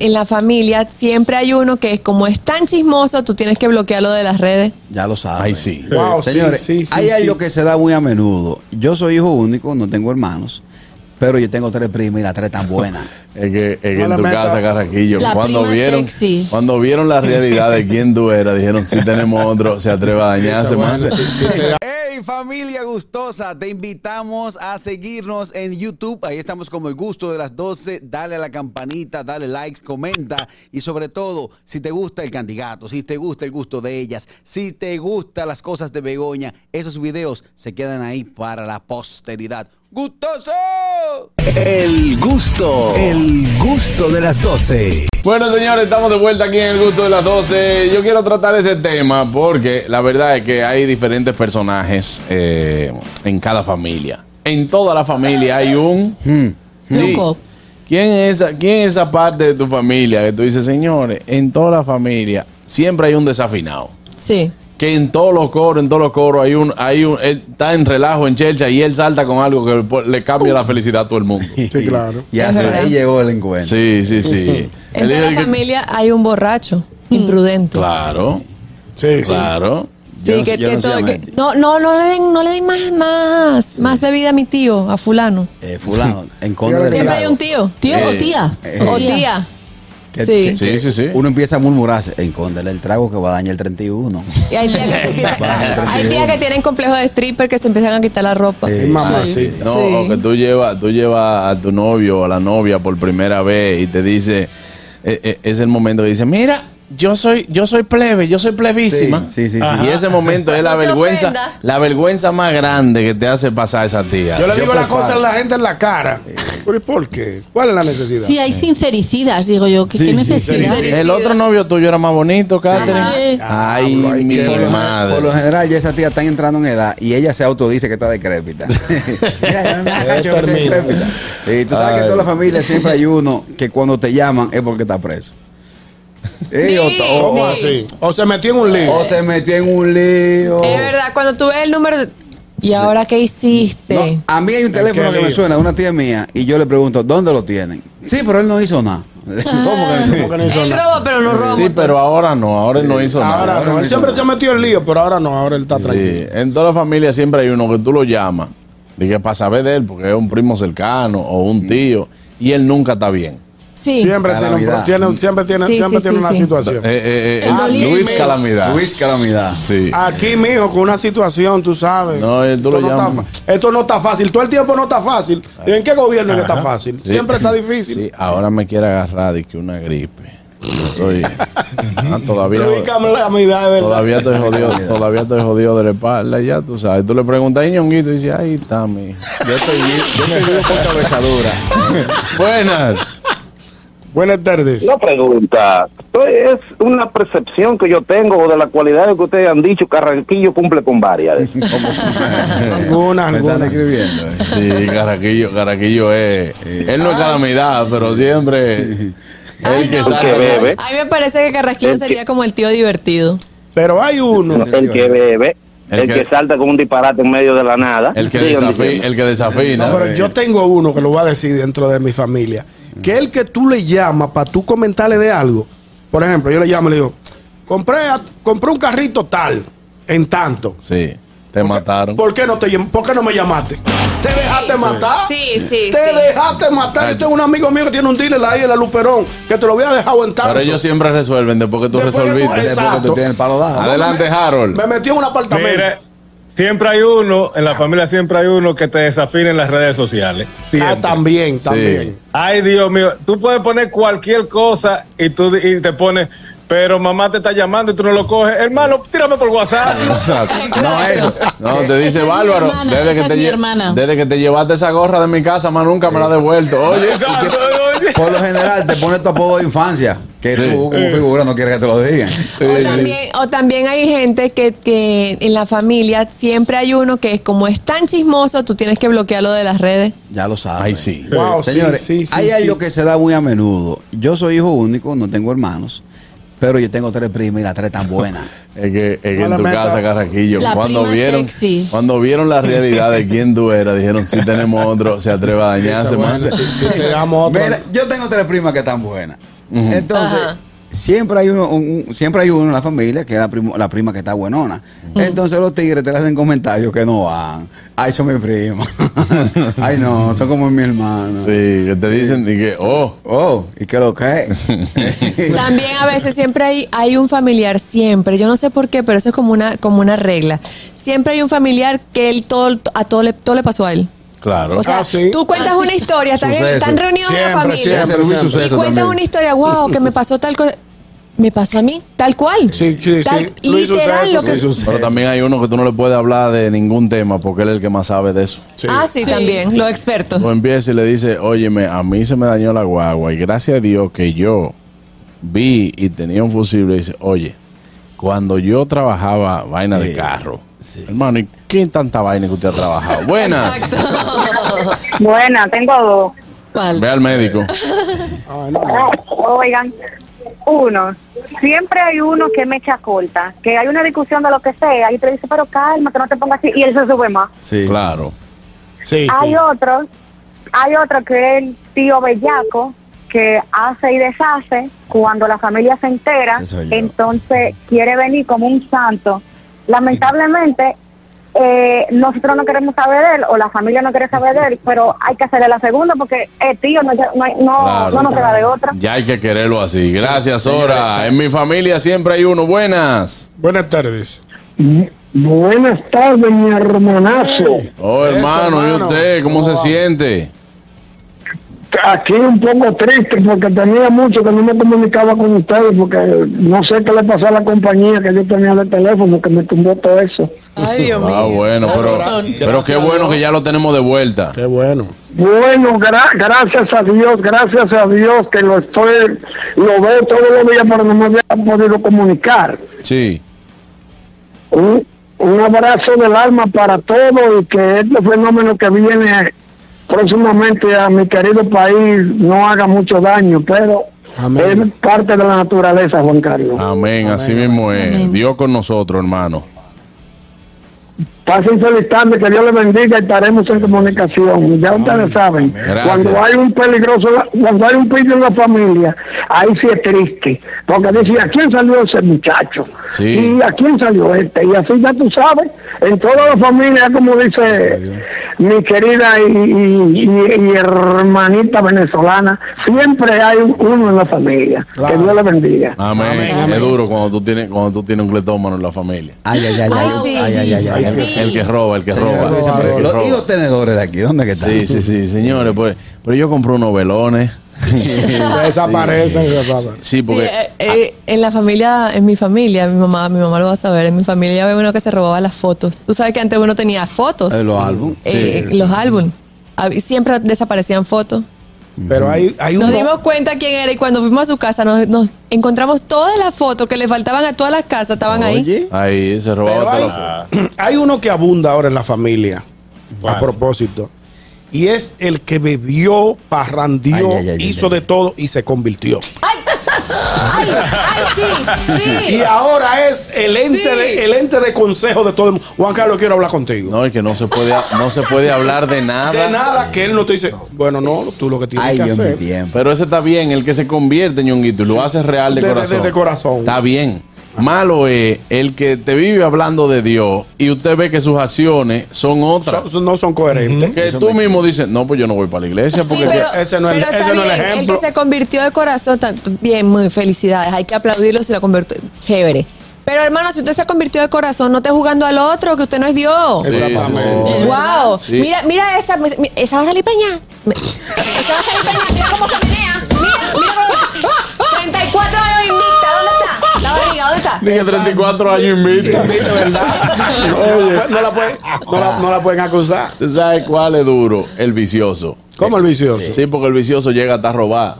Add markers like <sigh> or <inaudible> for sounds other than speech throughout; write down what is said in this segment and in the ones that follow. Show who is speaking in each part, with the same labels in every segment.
Speaker 1: en la familia siempre hay uno que como es tan chismoso, tú tienes que bloquearlo de las redes.
Speaker 2: Ya lo sabes.
Speaker 3: Ay, sí.
Speaker 2: Wow,
Speaker 4: Sí,
Speaker 2: Señores,
Speaker 4: sí, sí,
Speaker 2: hay
Speaker 4: sí.
Speaker 2: algo que se da muy a menudo. Yo soy hijo único, no tengo hermanos, pero yo tengo tres primas y las tres están buenas.
Speaker 3: Es que, es que en
Speaker 4: No la
Speaker 3: tu
Speaker 4: meta.
Speaker 3: casa, Carraquillo,
Speaker 5: La
Speaker 3: cuando
Speaker 5: prima
Speaker 3: vieron,
Speaker 5: sexy.
Speaker 3: cuando vieron la realidad de quién tú eras, dijeron, si tenemos otro, se atreve a dañarse.
Speaker 4: Bueno,
Speaker 3: mano".
Speaker 4: sí, <laughs> sí, te da-
Speaker 2: Hey familia gustosa, te invitamos a seguirnos en YouTube. Ahí estamos como el gusto de las 12. Dale a la campanita, dale like, comenta y sobre todo, si te gusta el candidato, si te gusta el gusto de ellas, si te gustan las cosas de Begoña, esos videos se quedan ahí para la posteridad. ¡Gustoso!
Speaker 6: El gusto, el gusto de las 12.
Speaker 3: Bueno, señores, estamos de vuelta aquí en el gusto de las 12. Yo quiero tratar este tema porque la verdad es que hay diferentes personajes eh, en cada familia. En toda la familia hay un
Speaker 4: Hmm,
Speaker 3: Sí.
Speaker 1: Loco.
Speaker 3: ¿Quién es, esa, ¿Quién es esa parte de tu familia que tú dices, señores, en toda la familia siempre hay un desafinado?
Speaker 1: Sí.
Speaker 3: que en todos los coros, en todos los coros hay un, hay un, él está en relajo en Chelcha y él salta con algo que le- le cambia la felicidad a todo el mundo.
Speaker 4: Sí, claro.
Speaker 2: Y
Speaker 1: Es
Speaker 2: hasta
Speaker 1: verdad.
Speaker 2: ahí llegó el encuentro.
Speaker 3: Sí, sí, sí.
Speaker 1: En toda
Speaker 3: Él dice
Speaker 1: la
Speaker 3: que-
Speaker 1: familia hay un borracho, imprudente.
Speaker 3: Claro,
Speaker 4: Sí, sí.
Speaker 3: claro.
Speaker 1: Sí,
Speaker 2: Yo no
Speaker 1: que,
Speaker 2: sé- yo
Speaker 1: que
Speaker 2: no sé
Speaker 1: todo- que-
Speaker 2: llamar.
Speaker 1: no, no, no le den, no le den más, más, más bebida a mi tío, a fulano.
Speaker 2: Eh,
Speaker 1: <laughs>
Speaker 2: fulano, en contra del
Speaker 1: Siempre hay
Speaker 2: trago.
Speaker 1: un tío.
Speaker 5: Tío o tía.
Speaker 2: eh,
Speaker 1: O tía.
Speaker 2: Que-
Speaker 1: Sí.
Speaker 2: que-
Speaker 3: Sí,
Speaker 2: que
Speaker 3: sí, sí.
Speaker 2: Uno empieza a murmurarse en contra del trago que va a dañar el 31.
Speaker 1: Y hay tías que se
Speaker 2: <laughs>
Speaker 1: empiezan- hay tías que tienen complejo de stripper que se empiezan a quitar la ropa.
Speaker 4: Es
Speaker 2: Sí,
Speaker 4: mamacita.
Speaker 3: No,
Speaker 1: Ah, Sí.
Speaker 3: o que tú llevas tú llevas a tu novio o a la novia por primera vez y te dice, eh, eh, es el momento que dice, mira, yo soy, yo soy plebe, yo soy plebísima.
Speaker 2: Sí, sí, sí, sí.
Speaker 3: Y ese momento es la
Speaker 1: No te
Speaker 3: vergüenza,
Speaker 1: ofendas.
Speaker 3: la vergüenza más grande que te hace pasar esa tía.
Speaker 4: Yo le
Speaker 2: Yo
Speaker 4: digo las
Speaker 2: preparo.
Speaker 4: cosas a la gente en la cara. Pero, ¿y ¿Por qué? ¿Cuál es la necesidad?
Speaker 5: Sí, hay sincericidas, digo yo. ¿Qué,
Speaker 2: Sí,
Speaker 5: qué necesidad?
Speaker 1: sincericidas.
Speaker 3: El otro novio tuyo era más bonito, Catherine.
Speaker 4: Ajá.
Speaker 3: Ay,
Speaker 4: Diablo, ay,
Speaker 3: mi
Speaker 4: qué
Speaker 2: Por lo,
Speaker 3: madre.
Speaker 2: por lo general, ya esa tía está entrando en edad y ella se autodice que está
Speaker 3: <laughs>
Speaker 2: decrépita. <laughs> Mira, yo me agacho, yo estoy
Speaker 4: Termina.
Speaker 2: decrépita. Y tú sabes que en toda la familia siempre hay uno que cuando te llaman es porque está preso. Eh, o,
Speaker 1: Sí,
Speaker 2: o-
Speaker 4: ¿Cómo así? O se metió en un lío.
Speaker 2: o se metió en un lío.
Speaker 1: Es verdad, cuando tú ves el número. ¿Y ahora qué hiciste?
Speaker 2: No, a mí hay un
Speaker 4: ¿En
Speaker 2: teléfono
Speaker 4: qué
Speaker 2: que me
Speaker 4: lío?
Speaker 2: suena, una tía mía, y yo le pregunto, ¿dónde lo tienen? Sí, pero él no hizo nada. ¿Cómo que no?
Speaker 4: ¿Cómo que no hizo
Speaker 1: Él
Speaker 4: nada?
Speaker 1: roba, pero no roba.
Speaker 3: sí, pero ahora no, ahora él no hizo
Speaker 4: Ahora,
Speaker 3: nada.
Speaker 4: no,
Speaker 2: ahora
Speaker 4: él siempre
Speaker 2: mismo.
Speaker 4: se metió en lío, pero ahora no, ahora él está
Speaker 3: Sí,
Speaker 4: tranquilo.
Speaker 3: En toda la familia siempre hay uno que tú lo llamas, dije, para saber de él, porque es un primo cercano o un tío, y él nunca está bien.
Speaker 1: Sí.
Speaker 4: Siempre tiene, un pro-
Speaker 2: Calamidad.
Speaker 4: tiene, siempre tiene,
Speaker 1: Sí,
Speaker 4: siempre
Speaker 1: sí,
Speaker 4: tiene
Speaker 1: sí,
Speaker 4: una
Speaker 1: sí.
Speaker 3: Eh,
Speaker 4: situación.
Speaker 3: eh, eh,
Speaker 1: El
Speaker 4: Ah,
Speaker 3: eh,
Speaker 1: dolido.
Speaker 3: Luis Calamidad.
Speaker 2: Luis Calamidad.
Speaker 3: Sí.
Speaker 4: Aquí, mijo, con una situación, tú sabes.
Speaker 3: No, eh, tú
Speaker 4: esto,
Speaker 3: lo
Speaker 4: no está,
Speaker 3: llamas.
Speaker 4: fa- esto no está fácil. Todo el tiempo no está fácil. ¿Y en qué gobierno es que está fácil?
Speaker 3: Sí.
Speaker 4: Siempre está difícil.
Speaker 3: Sí, ahora me quiere agarrar de que una gripe. Yo
Speaker 4: <laughs>
Speaker 3: soy. Ah, todavía.
Speaker 4: Luis Calamidad, de verdad.
Speaker 3: Todavía estoy jodido, todavía estoy jodido de la espalda, ya tú sabes. Tú le preguntas a Ñonguito y dice, ahí está, mi.
Speaker 2: Yo estoy vi- yo estoy vivo por cabezadura.
Speaker 3: Buenas.
Speaker 4: Buenas tardes.
Speaker 7: Una pregunta. Esto Es una percepción que yo tengo de las cualidades que ustedes han dicho. Carranquillo cumple con varias. de esas.
Speaker 4: Algunas,
Speaker 2: Me están
Speaker 4: algunas.
Speaker 2: escribiendo. eh.
Speaker 3: Sí, Caraquillo, Caraquillo es. Él no es calamidad, pero siempre.
Speaker 1: Ay,
Speaker 3: El que
Speaker 1: no,
Speaker 3: sale.
Speaker 7: que bebe.
Speaker 1: A mí me parece que Carrasquillo
Speaker 7: El que-
Speaker 1: sería como el tío divertido.
Speaker 4: Pero hay uno.
Speaker 7: El que bebe,
Speaker 3: El
Speaker 7: el,
Speaker 3: que-
Speaker 7: que, salta con un disparate en medio de la nada.
Speaker 3: El que,
Speaker 7: Sigan
Speaker 3: desafi-
Speaker 7: diciendo.
Speaker 3: el que desafina.
Speaker 4: No, pero yo tengo uno que lo voy a decir dentro de mi familia. Que el que tú le llamas para tú comentarle de algo. Por ejemplo, yo le llamo y le digo, compré, a- compré un carrito tal, en tanto.
Speaker 3: Sí, te mataron.
Speaker 4: ¿Por qué no, te, llam- por qué no me llamaste? ¿Te dejaste matar?
Speaker 1: Sí, sí,
Speaker 4: Te
Speaker 1: sí.
Speaker 4: dejaste matar.
Speaker 3: Ay.
Speaker 4: Yo tengo un amigo mío que tiene un dealer ahí en la Luperón, que te lo había dejado en tanto.
Speaker 3: Pero ellos siempre resuelven después que tú
Speaker 4: Después que tú-
Speaker 3: resolviste.
Speaker 4: Exacto.
Speaker 2: Después que tú tienes el palo dado.
Speaker 3: Adelante, Harold.
Speaker 4: Me metió en un apartamento.
Speaker 8: Mire, siempre hay uno, en la familia siempre hay uno que te desafina en las redes sociales. Siempre.
Speaker 4: ah, también, también.
Speaker 8: Ay, Dios mío, tú puedes poner cualquier cosa y tú y te pones, pero mamá te está llamando y tú no lo coges. Hermano, tírame por WhatsApp.
Speaker 3: Exacto.
Speaker 2: No, eso.
Speaker 3: No, te dice
Speaker 5: es mi
Speaker 3: Bárbaro,
Speaker 5: hermana,
Speaker 3: desde,
Speaker 5: esa
Speaker 3: que
Speaker 5: es
Speaker 3: te
Speaker 5: mi
Speaker 3: lle-
Speaker 5: hermana.
Speaker 3: desde que te llevaste esa gorra de mi casa, más nunca me la ha devuelto. Oye,
Speaker 8: Exacto, oye.
Speaker 2: Por lo general te pones tu apodo de infancia, que
Speaker 3: Sí.
Speaker 2: tú como figura no quieres que te lo digan.
Speaker 1: O también, o también hay gente que, que en la familia siempre hay uno que como es tan chismoso, tú tienes que bloquearlo de las redes.
Speaker 2: Ya lo sabes.
Speaker 3: Ay, sí.
Speaker 4: Wow, sí,
Speaker 2: Señores,
Speaker 4: sí, sí,
Speaker 2: hay
Speaker 4: sí.
Speaker 2: algo que se da muy a menudo. Yo soy hijo único, no tengo hermanos, pero yo tengo tres primas y las tres están buenas.
Speaker 3: Es que, es que
Speaker 4: No
Speaker 3: en
Speaker 4: la
Speaker 3: tu
Speaker 4: meta.
Speaker 3: casa, Carraquillo,
Speaker 5: La
Speaker 3: cuando
Speaker 5: prima
Speaker 3: vieron,
Speaker 5: sexy.
Speaker 3: cuando vieron la realidad de quién tú eras, dijeron, si tenemos otro, se atreve a dañarse.
Speaker 4: Bueno,
Speaker 3: mano".
Speaker 4: si, si te llamo otro.
Speaker 2: Mira, yo tengo tres primas que están buenas. Entonces,
Speaker 1: Ajá.
Speaker 2: siempre hay uno, un- un- siempre hay uno en la familia que es la, primo- la prima que está buenona. Entonces los tigres te le hacen comentarios que no van. Ay, son mi prima. <laughs> Ay, no, son como mi hermano.
Speaker 3: Sí, que te dicen y que, oh,
Speaker 2: Oh, ¿y qué lo que
Speaker 4: <laughs>
Speaker 2: es?
Speaker 1: También a veces siempre hay, hay un familiar, siempre. Yo no sé por qué, pero eso es como una, como una regla. Siempre hay un familiar que él todo, a todo le, todo le pasó a él.
Speaker 3: claro.
Speaker 1: O sea,
Speaker 4: Ah, sí.
Speaker 1: tú cuentas una historia, están,
Speaker 2: Suceso.
Speaker 1: están reunidos en la
Speaker 4: Siempre,
Speaker 1: familia.
Speaker 4: siempre,
Speaker 2: Luis,
Speaker 4: siempre.
Speaker 1: Y
Speaker 2: suceso
Speaker 1: cuentas
Speaker 2: también.
Speaker 1: una historia, wow, que me pasó tal cosa. Me pasó a mí, tal cual.
Speaker 4: Sí, sí,
Speaker 1: Tal-
Speaker 4: sí. Luis,
Speaker 1: Literal
Speaker 4: suceso,
Speaker 1: lo que.
Speaker 4: Luis, suceso.
Speaker 3: Pero también hay uno que tú no le puedes hablar de ningún tema porque él es el que más sabe de eso.
Speaker 4: Sí.
Speaker 1: Ah, sí,
Speaker 5: Sí.
Speaker 1: también, los expertos.
Speaker 3: Tú empiezas y le dices, óyeme, a mí se me dañó la guagua y gracias a Dios que yo vi y tenía un fusible y dice, oye, cuando yo trabajaba vaina de carro, hermano, ¿y qué tanta vaina que usted ha
Speaker 5: <laughs>
Speaker 3: trabajado? Buenas,
Speaker 9: Buena, tengo dos.
Speaker 5: ¿Cuál?
Speaker 3: ve al médico.
Speaker 4: Ah, no, no.
Speaker 9: Oigan, uno, siempre hay uno que me echa corta, que hay una discusión de lo que sea, y te dice, pero calma, que no te pongas así, y él se sube más.
Speaker 2: Sí.
Speaker 3: Claro.
Speaker 4: Sí,
Speaker 9: Hay
Speaker 4: sí.
Speaker 9: otro, hay otro que es el tío bellaco, que hace y deshace, cuando la familia se entera,
Speaker 2: Ese soy yo.
Speaker 9: entonces quiere venir como un santo. Lamentablemente, eh, nosotros no queremos saber de él, o la familia no quiere saber de él, pero hay que hacerle la segunda, porque el tío no, no, no-
Speaker 3: Claro.
Speaker 9: Oh, no nos queda de otra.
Speaker 3: Ya hay que quererlo así. Gracias, Sora. En mi familia siempre hay uno. Buenas.
Speaker 4: Buenas tardes.
Speaker 7: Buenas tardes, mi hermanazo.
Speaker 3: Oh,
Speaker 4: Eso,
Speaker 3: hermano, ¿y
Speaker 4: hermano.
Speaker 3: usted cómo, se
Speaker 4: va?
Speaker 3: siente?
Speaker 7: Aquí un poco triste porque tenía mucho que no me comunicaba con ustedes porque no sé qué le pasó a la compañía que yo tenía de teléfono que me tumbó todo eso.
Speaker 1: Ay, Dios mío.
Speaker 3: Ah, bueno, pero, pero qué
Speaker 4: Gracias a
Speaker 3: bueno
Speaker 4: Dios.
Speaker 3: que ya lo tenemos de vuelta.
Speaker 4: Qué bueno.
Speaker 7: Bueno, gra- gracias a Dios, gracias a Dios que lo estoy, lo veo todos los días, pero no me había podido comunicar.
Speaker 3: Sí.
Speaker 7: Un, un abrazo del alma para todos y que este fenómeno que viene próximamente a mi querido país no haga mucho daño, pero
Speaker 4: Amén.
Speaker 7: es parte de la naturaleza, Juan
Speaker 9: Uh,
Speaker 7: Carlos.
Speaker 3: Amén, así mismo es. Dios con nosotros, hermano.
Speaker 7: Pasen feliz tarde, que Dios les bendiga y estaremos en comunicación. Ya ustedes saben,
Speaker 3: Gracias.
Speaker 7: cuando hay un peligroso, cuando hay un pillo en la familia, ahí sí es triste. Porque dicen, ¿a quién salió ese muchacho?
Speaker 3: Sí.
Speaker 7: ¿Y a quién salió este? Y así ya tú sabes, en toda la familia, como dice mi querida y, y- y- y hermanita venezolana, siempre hay un- uno en la familia.
Speaker 4: Claro.
Speaker 7: Que Dios les bendiga.
Speaker 3: Amén.
Speaker 4: Amén.
Speaker 3: Es duro cuando tú tienes cuando tú tienes un cletómano en la familia.
Speaker 2: Ay, ay, ay,
Speaker 1: Ay,
Speaker 2: ay,
Speaker 1: sí.
Speaker 2: ay, ay, ay, ay, ay.
Speaker 1: Sí.
Speaker 3: El que roba, el que roba.
Speaker 2: Ay,
Speaker 3: el que
Speaker 2: los-
Speaker 3: roba.
Speaker 2: Y los tenedores de aquí, ¿dónde que están?
Speaker 3: Sí, sí, sí, señores, pues, pero yo compré unos velones. <laughs>
Speaker 4: Se desaparecen, se desaparecen.
Speaker 3: Sí,
Speaker 1: Sí,
Speaker 3: porque ah.
Speaker 1: eh, eh, en la familia, en mi familia, mi mamá, mi mamá lo va a saber, en mi familia había uno que se robaba las fotos. Tú sabes que antes uno tenía fotos.
Speaker 2: Eh, los álbum.
Speaker 1: Eh,
Speaker 3: Sí.
Speaker 1: Los álbumes. Hab- Siempre desaparecían fotos.
Speaker 4: Pero hay, hay
Speaker 1: Nos
Speaker 4: uno-
Speaker 1: dimos cuenta quién era y cuando fuimos a su casa nos, nos encontramos todas las fotos que le faltaban a todas las casas, estaban ahí.
Speaker 3: ahí se
Speaker 4: Pero
Speaker 3: robaba
Speaker 4: hay,
Speaker 3: todo.
Speaker 4: <clears throat> hay uno que abunda ahora en la familia,
Speaker 8: ¿Cuál?
Speaker 4: a propósito, y es el que bebió, parrandió,
Speaker 2: Ay, ay, ay, ay,
Speaker 4: hizo
Speaker 2: ay.
Speaker 4: de todo y se convirtió.
Speaker 1: ¡Ay! ¡Ay, sí! ¡Sí!
Speaker 4: Y ahora es el ente,
Speaker 1: Sí.
Speaker 4: de, el ente de consejo de todo el mundo. Juan Carlos, quiero hablar contigo.
Speaker 3: No, es que no se puede no se puede hablar de nada.
Speaker 4: de nada que él no te dice, bueno, no, tú lo que tienes
Speaker 2: Ay,
Speaker 4: que
Speaker 2: Dios mi
Speaker 4: hacer.
Speaker 2: tiempo.
Speaker 3: Pero ese está bien, el que se convierte ñonguito y lo hace real de,
Speaker 4: De- de-
Speaker 3: corazón.
Speaker 4: de corazón.
Speaker 3: Está bien. Malo es el que te vive hablando de Dios y usted ve que sus acciones son otras.
Speaker 4: Son- son- no son coherentes.
Speaker 3: que tú mismo dices, no, pues yo no voy para la iglesia porque
Speaker 1: Sí, pero,
Speaker 4: ese no es-
Speaker 1: pero
Speaker 4: ese
Speaker 1: está
Speaker 4: no es el
Speaker 1: bien,
Speaker 4: ejemplo.
Speaker 1: que se convirtió de corazón, tan- bien, muy felicidades. Hay que aplaudirlo si lo convirtió. Chévere. Pero hermano, si usted se convirtió de corazón, no esté jugando al otro, que usted no es Dios.
Speaker 3: Sí, sí, sí.
Speaker 4: Exactamente.
Speaker 1: Wow,
Speaker 3: Sí.
Speaker 1: mira, mira esa, mi- esa va a salir peña. Me- Esa va a salir peña, mira cómo se menea. Mira, mira cómo. 34 años invicta, ¿dónde está? La barriga, ¿dónde está?
Speaker 3: Dije 34 años invito.
Speaker 4: De
Speaker 3: <laughs>
Speaker 4: verdad. no, la pueden, no, la, no la pueden acusar.
Speaker 3: ¿Tú sabes cuál es duro? El vicioso.
Speaker 4: ¿Cómo el vicioso?
Speaker 3: Sí, porque el vicioso llega hasta a robar.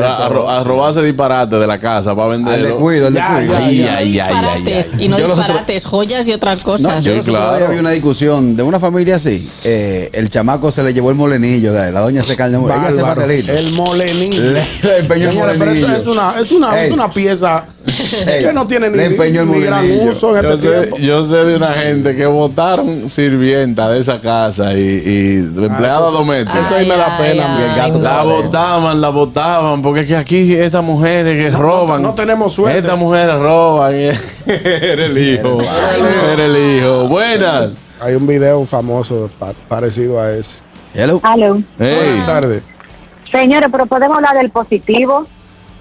Speaker 3: A, a ro- a robarse disparate de la casa para
Speaker 2: Al
Speaker 3: venderlo.
Speaker 2: descuido, al
Speaker 4: Ya,
Speaker 2: descuido.
Speaker 4: ya,
Speaker 3: Ay,
Speaker 5: Y no
Speaker 3: ay, ay, ay, ay.
Speaker 5: disparates, y no
Speaker 2: Yo los otros-
Speaker 5: disparates, joyas y otras
Speaker 2: No,
Speaker 5: cosas.
Speaker 2: yo
Speaker 3: Sí,
Speaker 2: los otros
Speaker 3: claro.
Speaker 2: días vi una discusión de una familia así. eh, el chamaco se le llevó el molenillo, de la doña se carne ella hace
Speaker 4: Bárbaro.
Speaker 2: pastelito.
Speaker 4: El molenillo.
Speaker 2: Le- le empeñó el
Speaker 4: Señores, pero eso
Speaker 2: molenillo.
Speaker 4: es una, es una,
Speaker 2: Ey.
Speaker 4: es una pieza que no tiene ni,
Speaker 2: Le empeñó el
Speaker 4: ni gran
Speaker 2: molinillo.
Speaker 4: uso en
Speaker 3: Yo
Speaker 4: este
Speaker 3: sé,
Speaker 4: tiempo.
Speaker 3: yo sé de una gente que votaron sirvienta de esa casa y, y empleada doméstica.
Speaker 4: Ah, Eso ahí me da pena,
Speaker 2: ay, ay.
Speaker 4: Miguel
Speaker 3: La votaban, la votaban, porque es que aquí estas mujeres que roban.
Speaker 4: no tenemos suerte.
Speaker 3: Estas mujeres roban. <laughs> Era el hijo. Era el hijo. Buenas.
Speaker 4: Hay un video famoso pa- parecido a ese.
Speaker 2: Hello.
Speaker 9: Aló.
Speaker 3: Ey,
Speaker 4: Buenas tardes.
Speaker 9: Señores, pero podemos hablar del positivo.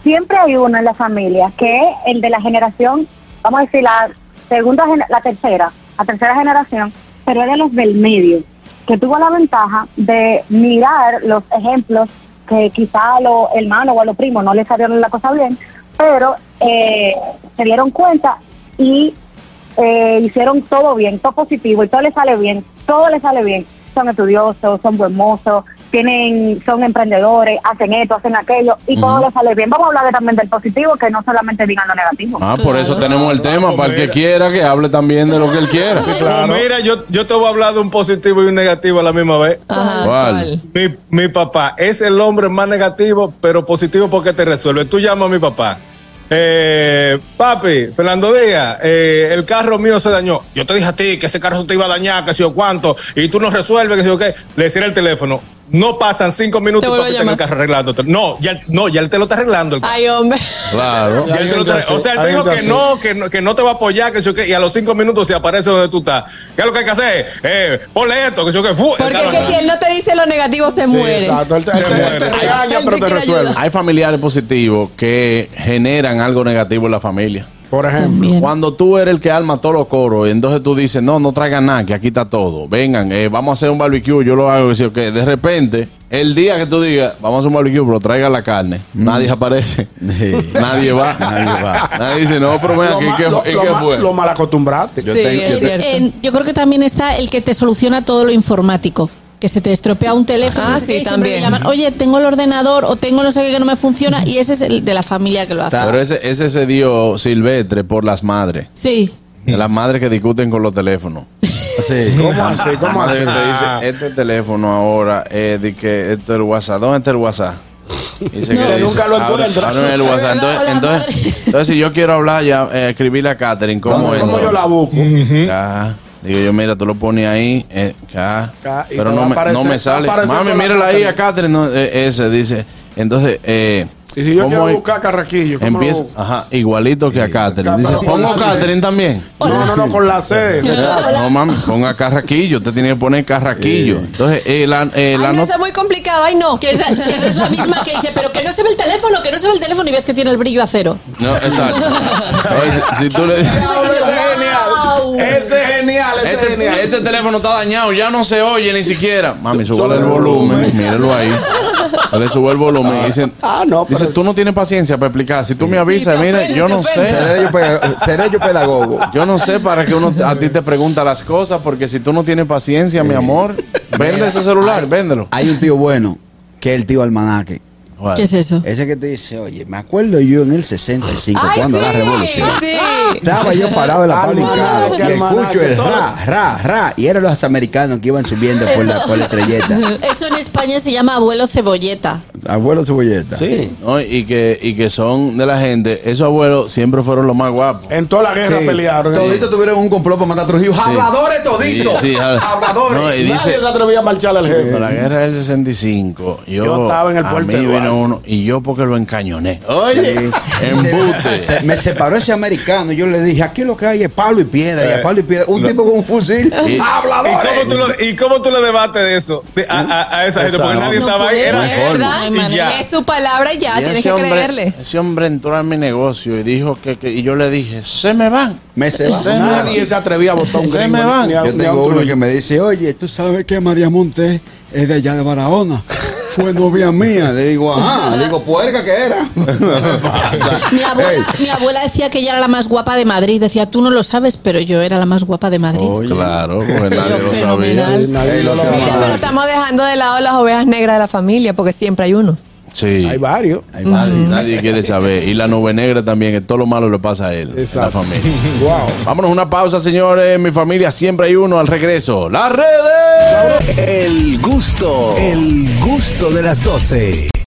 Speaker 9: Siempre hay uno en la familia, que es el de la generación, vamos a decir, la segunda, gen- la tercera, la tercera generación, pero es de los del medio, que tuvo la ventaja de mirar los ejemplos que quizá a los hermanos o a los primos no les salieron la cosa bien, pero eh, se dieron cuenta y eh, hicieron todo bien, todo positivo y todo les sale bien, todo les sale bien. Son estudiosos, son buen mozos, tienen, son emprendedores, hacen esto, hacen aquello y todo les sale bien. Vamos a hablar de- también del positivo, que no solamente digan lo negativo.
Speaker 3: Ah, por eso tenemos el tema. Para el que
Speaker 8: mira.
Speaker 3: quiera, que hable también de lo que él quiera.
Speaker 8: Claro. Mira, yo, yo te voy a hablar de un positivo y un negativo a la misma vez.
Speaker 5: Ajá,
Speaker 3: ¿Cuál?
Speaker 8: Mi, mi papá es el hombre más negativo, pero positivo porque te resuelve. Tú llamas a mi papá. Eh, papi, Fernando Díaz, eh, el carro mío se dañó. Yo te dije a ti que ese carro se te iba a dañar, que si o cuánto, y tú no resuelves, que si o qué. Le cierra el teléfono. No pasan cinco minutos
Speaker 5: Te
Speaker 8: y
Speaker 5: vuelve
Speaker 8: papi
Speaker 5: a
Speaker 8: está en el
Speaker 5: llamar.
Speaker 8: carro arreglándote. No, ya, no, ya él te lo está arreglando. el carro.
Speaker 5: Ay, hombre.
Speaker 3: Claro.
Speaker 8: Ya él te lo
Speaker 4: Hay gente
Speaker 8: trae. o sea, él
Speaker 4: así,
Speaker 8: te dijo
Speaker 4: hay
Speaker 8: que
Speaker 4: gente
Speaker 8: no, que no, que no te va a apoyar, que si o qué, y a los cinco minutos se aparece donde tú estás. ¿Qué es lo que hay que hacer? Eh, ponle esto, que si o qué. Fu, el
Speaker 5: Porque
Speaker 8: carro
Speaker 5: es que si
Speaker 8: arranca.
Speaker 5: él no te dice lo negativo, se
Speaker 4: Sí,
Speaker 5: muere.
Speaker 4: exacto. Él te, él te- él te
Speaker 8: Ay,
Speaker 4: regaña,
Speaker 5: él
Speaker 4: pero
Speaker 5: te
Speaker 4: te
Speaker 5: quiere
Speaker 4: resuelve.
Speaker 5: ayudar.
Speaker 3: Hay familiares positivos que generan algo negativo en la familia.
Speaker 4: Por ejemplo.
Speaker 3: Cuando tú eres el que arma todos los coros, entonces tú dices, no, no traigan nada, que aquí está todo. Vengan, eh, vamos a hacer un barbecue, yo lo hago, que sí, ok. De repente, el día que tú digas, vamos a hacer un barbecue, pero traigan la carne, nadie <laughs> aparece. nadie va. Mm. <laughs> Nadie va. Nadie dice, no, pero ven
Speaker 4: Lo
Speaker 3: aquí,
Speaker 4: ma-
Speaker 3: ¿qué,
Speaker 4: lo-
Speaker 3: y
Speaker 4: lo
Speaker 3: qué
Speaker 4: ma-
Speaker 3: fue?
Speaker 4: Lo mal acostumbraste.
Speaker 2: Yo
Speaker 5: Sí,
Speaker 2: tengo-
Speaker 5: es
Speaker 2: yo te-
Speaker 5: cierto. En- yo creo que también está el que te soluciona todo lo informático. Que se te estropea un teléfono.
Speaker 1: Ah,
Speaker 5: no sé
Speaker 1: sí,
Speaker 5: qué, y siempre
Speaker 1: también.
Speaker 5: llaman, Oye, tengo el ordenador o tengo no sé qué que no me funciona. Y ese es el de la familia que lo hace.
Speaker 3: Pero ese, ese se dio silvestre por las madres.
Speaker 5: Sí.
Speaker 3: Las madres que discuten con los teléfonos.
Speaker 2: Sí.
Speaker 4: ¿Cómo así? ¿Cómo
Speaker 3: Madre
Speaker 4: así?
Speaker 3: te dice, este teléfono ahora, eh, di que esto es el WhatsApp. ¿Dónde está el WhatsApp? Dice
Speaker 4: No, nunca lo
Speaker 3: abre-
Speaker 4: encuentra.
Speaker 3: abre el WhatsApp.
Speaker 5: Es
Speaker 3: Entonces,
Speaker 5: verdad, hola, madre.
Speaker 3: entonces, entonces, si yo quiero hablar, ya eh, escribirle a Catherine. ¿Cómo,
Speaker 4: ¿Cómo,
Speaker 3: es? Mm.
Speaker 4: yo la busco?
Speaker 3: Acá. Digo yo, mira, tú lo pones ahí, eh, acá,
Speaker 4: Acá, y
Speaker 3: pero
Speaker 4: te va
Speaker 3: no
Speaker 4: a
Speaker 3: me,
Speaker 4: aparecer-
Speaker 3: no me sale.
Speaker 4: va a aparecer
Speaker 3: Mami,
Speaker 4: con la
Speaker 3: mírala ahí
Speaker 4: Catherine.
Speaker 3: a Catherine, no, eh, ese dice. Entonces, eh,
Speaker 4: Y si yo
Speaker 3: ¿cómo
Speaker 4: quiero
Speaker 3: es?
Speaker 4: buscar Carraquillo, ¿cómo lo
Speaker 3: Empieza,
Speaker 4: busco?
Speaker 3: ajá, igualito que a Catherine. Dice,
Speaker 4: Catherine.
Speaker 3: pongo Catherine también.
Speaker 4: No, no, no, con la C.
Speaker 3: No mami, ponga carraquillo, usted tiene que poner carraquillo. Entonces, eh, la, eh, la
Speaker 1: Ay, no,
Speaker 3: no-
Speaker 1: eso es muy complicado. Ay, no.
Speaker 5: Que esa- esa es la misma que dice, pero que no se ve el teléfono, que no se ve el teléfono y ves que tiene el brillo a cero.
Speaker 3: No,
Speaker 5: <laughs>
Speaker 3: exacto. No, si, si tú le
Speaker 4: Ese es genial. Ese es genial, ese es genial.
Speaker 3: este, este teléfono está dañado, ya no se oye ni siquiera. Mami, sube el volumen, míralo ahí. Le sube el volumen. y Dicen,
Speaker 4: Ah, no, pero
Speaker 3: dice, tú no tienes paciencia para explicar. Si tú me avisas,
Speaker 5: se
Speaker 3: mira,
Speaker 5: ofende,
Speaker 3: yo
Speaker 5: se
Speaker 3: no sé.
Speaker 5: ofende.
Speaker 2: Seré yo pe- seré yo pedagogo.
Speaker 3: Yo no sé para qué uno a ti te pregunta las cosas, porque si tú no tienes paciencia, mi amor, vende ese celular, véndelo.
Speaker 2: Hay un tío bueno, que es el tío almanaque.
Speaker 3: Bueno.
Speaker 5: ¿Qué es eso?
Speaker 2: Ese que te dice, oye, me acuerdo yo en el 65,
Speaker 1: Ay,
Speaker 2: cuando
Speaker 1: sí,
Speaker 2: la revolución.
Speaker 1: sí.
Speaker 2: Estaba yo parado en la
Speaker 4: Almanaque,
Speaker 2: barricada y
Speaker 4: almanaque,
Speaker 2: escucho el
Speaker 4: todo.
Speaker 2: ra, ra, ra. Y eran los americanos que iban subiendo por la, por la estrelleta.
Speaker 5: <laughs> Eso en España se llama abuelo cebolleta.
Speaker 2: Abuelo cebolleta.
Speaker 4: Sí.
Speaker 3: No, y, que, y que son de la gente. Esos abuelos siempre fueron los más guapos.
Speaker 4: En toda la guerra
Speaker 2: Sí.
Speaker 4: pelearon.
Speaker 2: Toditos tuvieron un complot para matar a Trujillo. Habladores toditos.
Speaker 3: Sí, sí, habla-
Speaker 2: Habladores.
Speaker 3: No, y
Speaker 4: Nadie
Speaker 3: dice,
Speaker 4: se atrevía a marcharle al jefe.
Speaker 3: Cuando la guerra del 65, yo,
Speaker 4: eh. Yo estaba en el
Speaker 3: a
Speaker 4: puerto
Speaker 3: mí
Speaker 4: de
Speaker 3: vino
Speaker 4: Duarte.
Speaker 3: uno y yo porque lo encañoné. Oye,
Speaker 2: Sí.
Speaker 3: embute.
Speaker 2: Se- me separó ese americano y yo le dije, aquí lo que hay es palo y piedra, y a palo y piedra. Un tipo con un fusil,
Speaker 3: Y-
Speaker 8: ¿Y
Speaker 2: habladores.
Speaker 8: cómo, tú lo, ¿Y cómo tú le debates de eso de- a, a- a esa gente? Porque
Speaker 4: Exacto.
Speaker 8: nadie
Speaker 5: No
Speaker 8: estaba ahí.
Speaker 5: puede,
Speaker 8: Era
Speaker 3: no hay
Speaker 8: él
Speaker 3: forma.
Speaker 5: Ay,
Speaker 8: y
Speaker 5: Manuel,
Speaker 8: ya.
Speaker 1: Es su palabra y ya,
Speaker 3: Y
Speaker 1: Ah, tienes
Speaker 3: ese
Speaker 1: que
Speaker 3: hombre-
Speaker 1: creerle.
Speaker 3: Ese hombre entró a mi negocio y dijo que, que- y yo le dije, se me van.
Speaker 2: Me se va.
Speaker 3: Se me
Speaker 4: Nadie se atrevía a votar un
Speaker 3: Se
Speaker 4: gringo,
Speaker 3: me van.
Speaker 4: ni a-
Speaker 2: Yo
Speaker 4: ni a
Speaker 2: tengo
Speaker 4: un
Speaker 2: uno
Speaker 4: truño.
Speaker 2: que me dice, oye, tú sabes que María Montes es de allá de Barahona. Fue novia mía. Le digo, ajá. Le digo, puerca que era.
Speaker 3: <laughs>
Speaker 5: Mi abuela, mi abuela decía que ella era la más guapa de Madrid. Decía, tú no lo sabes, pero yo era la más guapa de Madrid.
Speaker 3: Claro, porque <laughs> nadie lo sabía.
Speaker 5: fenomenal.
Speaker 4: Sí, nadie
Speaker 2: Ey, lo
Speaker 4: lo
Speaker 2: que
Speaker 4: va
Speaker 1: Mira,
Speaker 4: a
Speaker 1: pero
Speaker 4: dar.
Speaker 1: estamos dejando de lado las ovejas negras de la familia, porque siempre hay uno.
Speaker 3: Sí.
Speaker 4: Hay varios.
Speaker 3: Ay, madre, Nadie quiere saber. Y la nube negra también, que todo lo malo le pasa a él, a la
Speaker 4: Exacto.
Speaker 3: familia.
Speaker 4: Wow.
Speaker 3: Vámonos una pausa, señores. Mi familia siempre hay uno al regreso. ¡Las redes!
Speaker 6: El gusto, el gusto de las doce.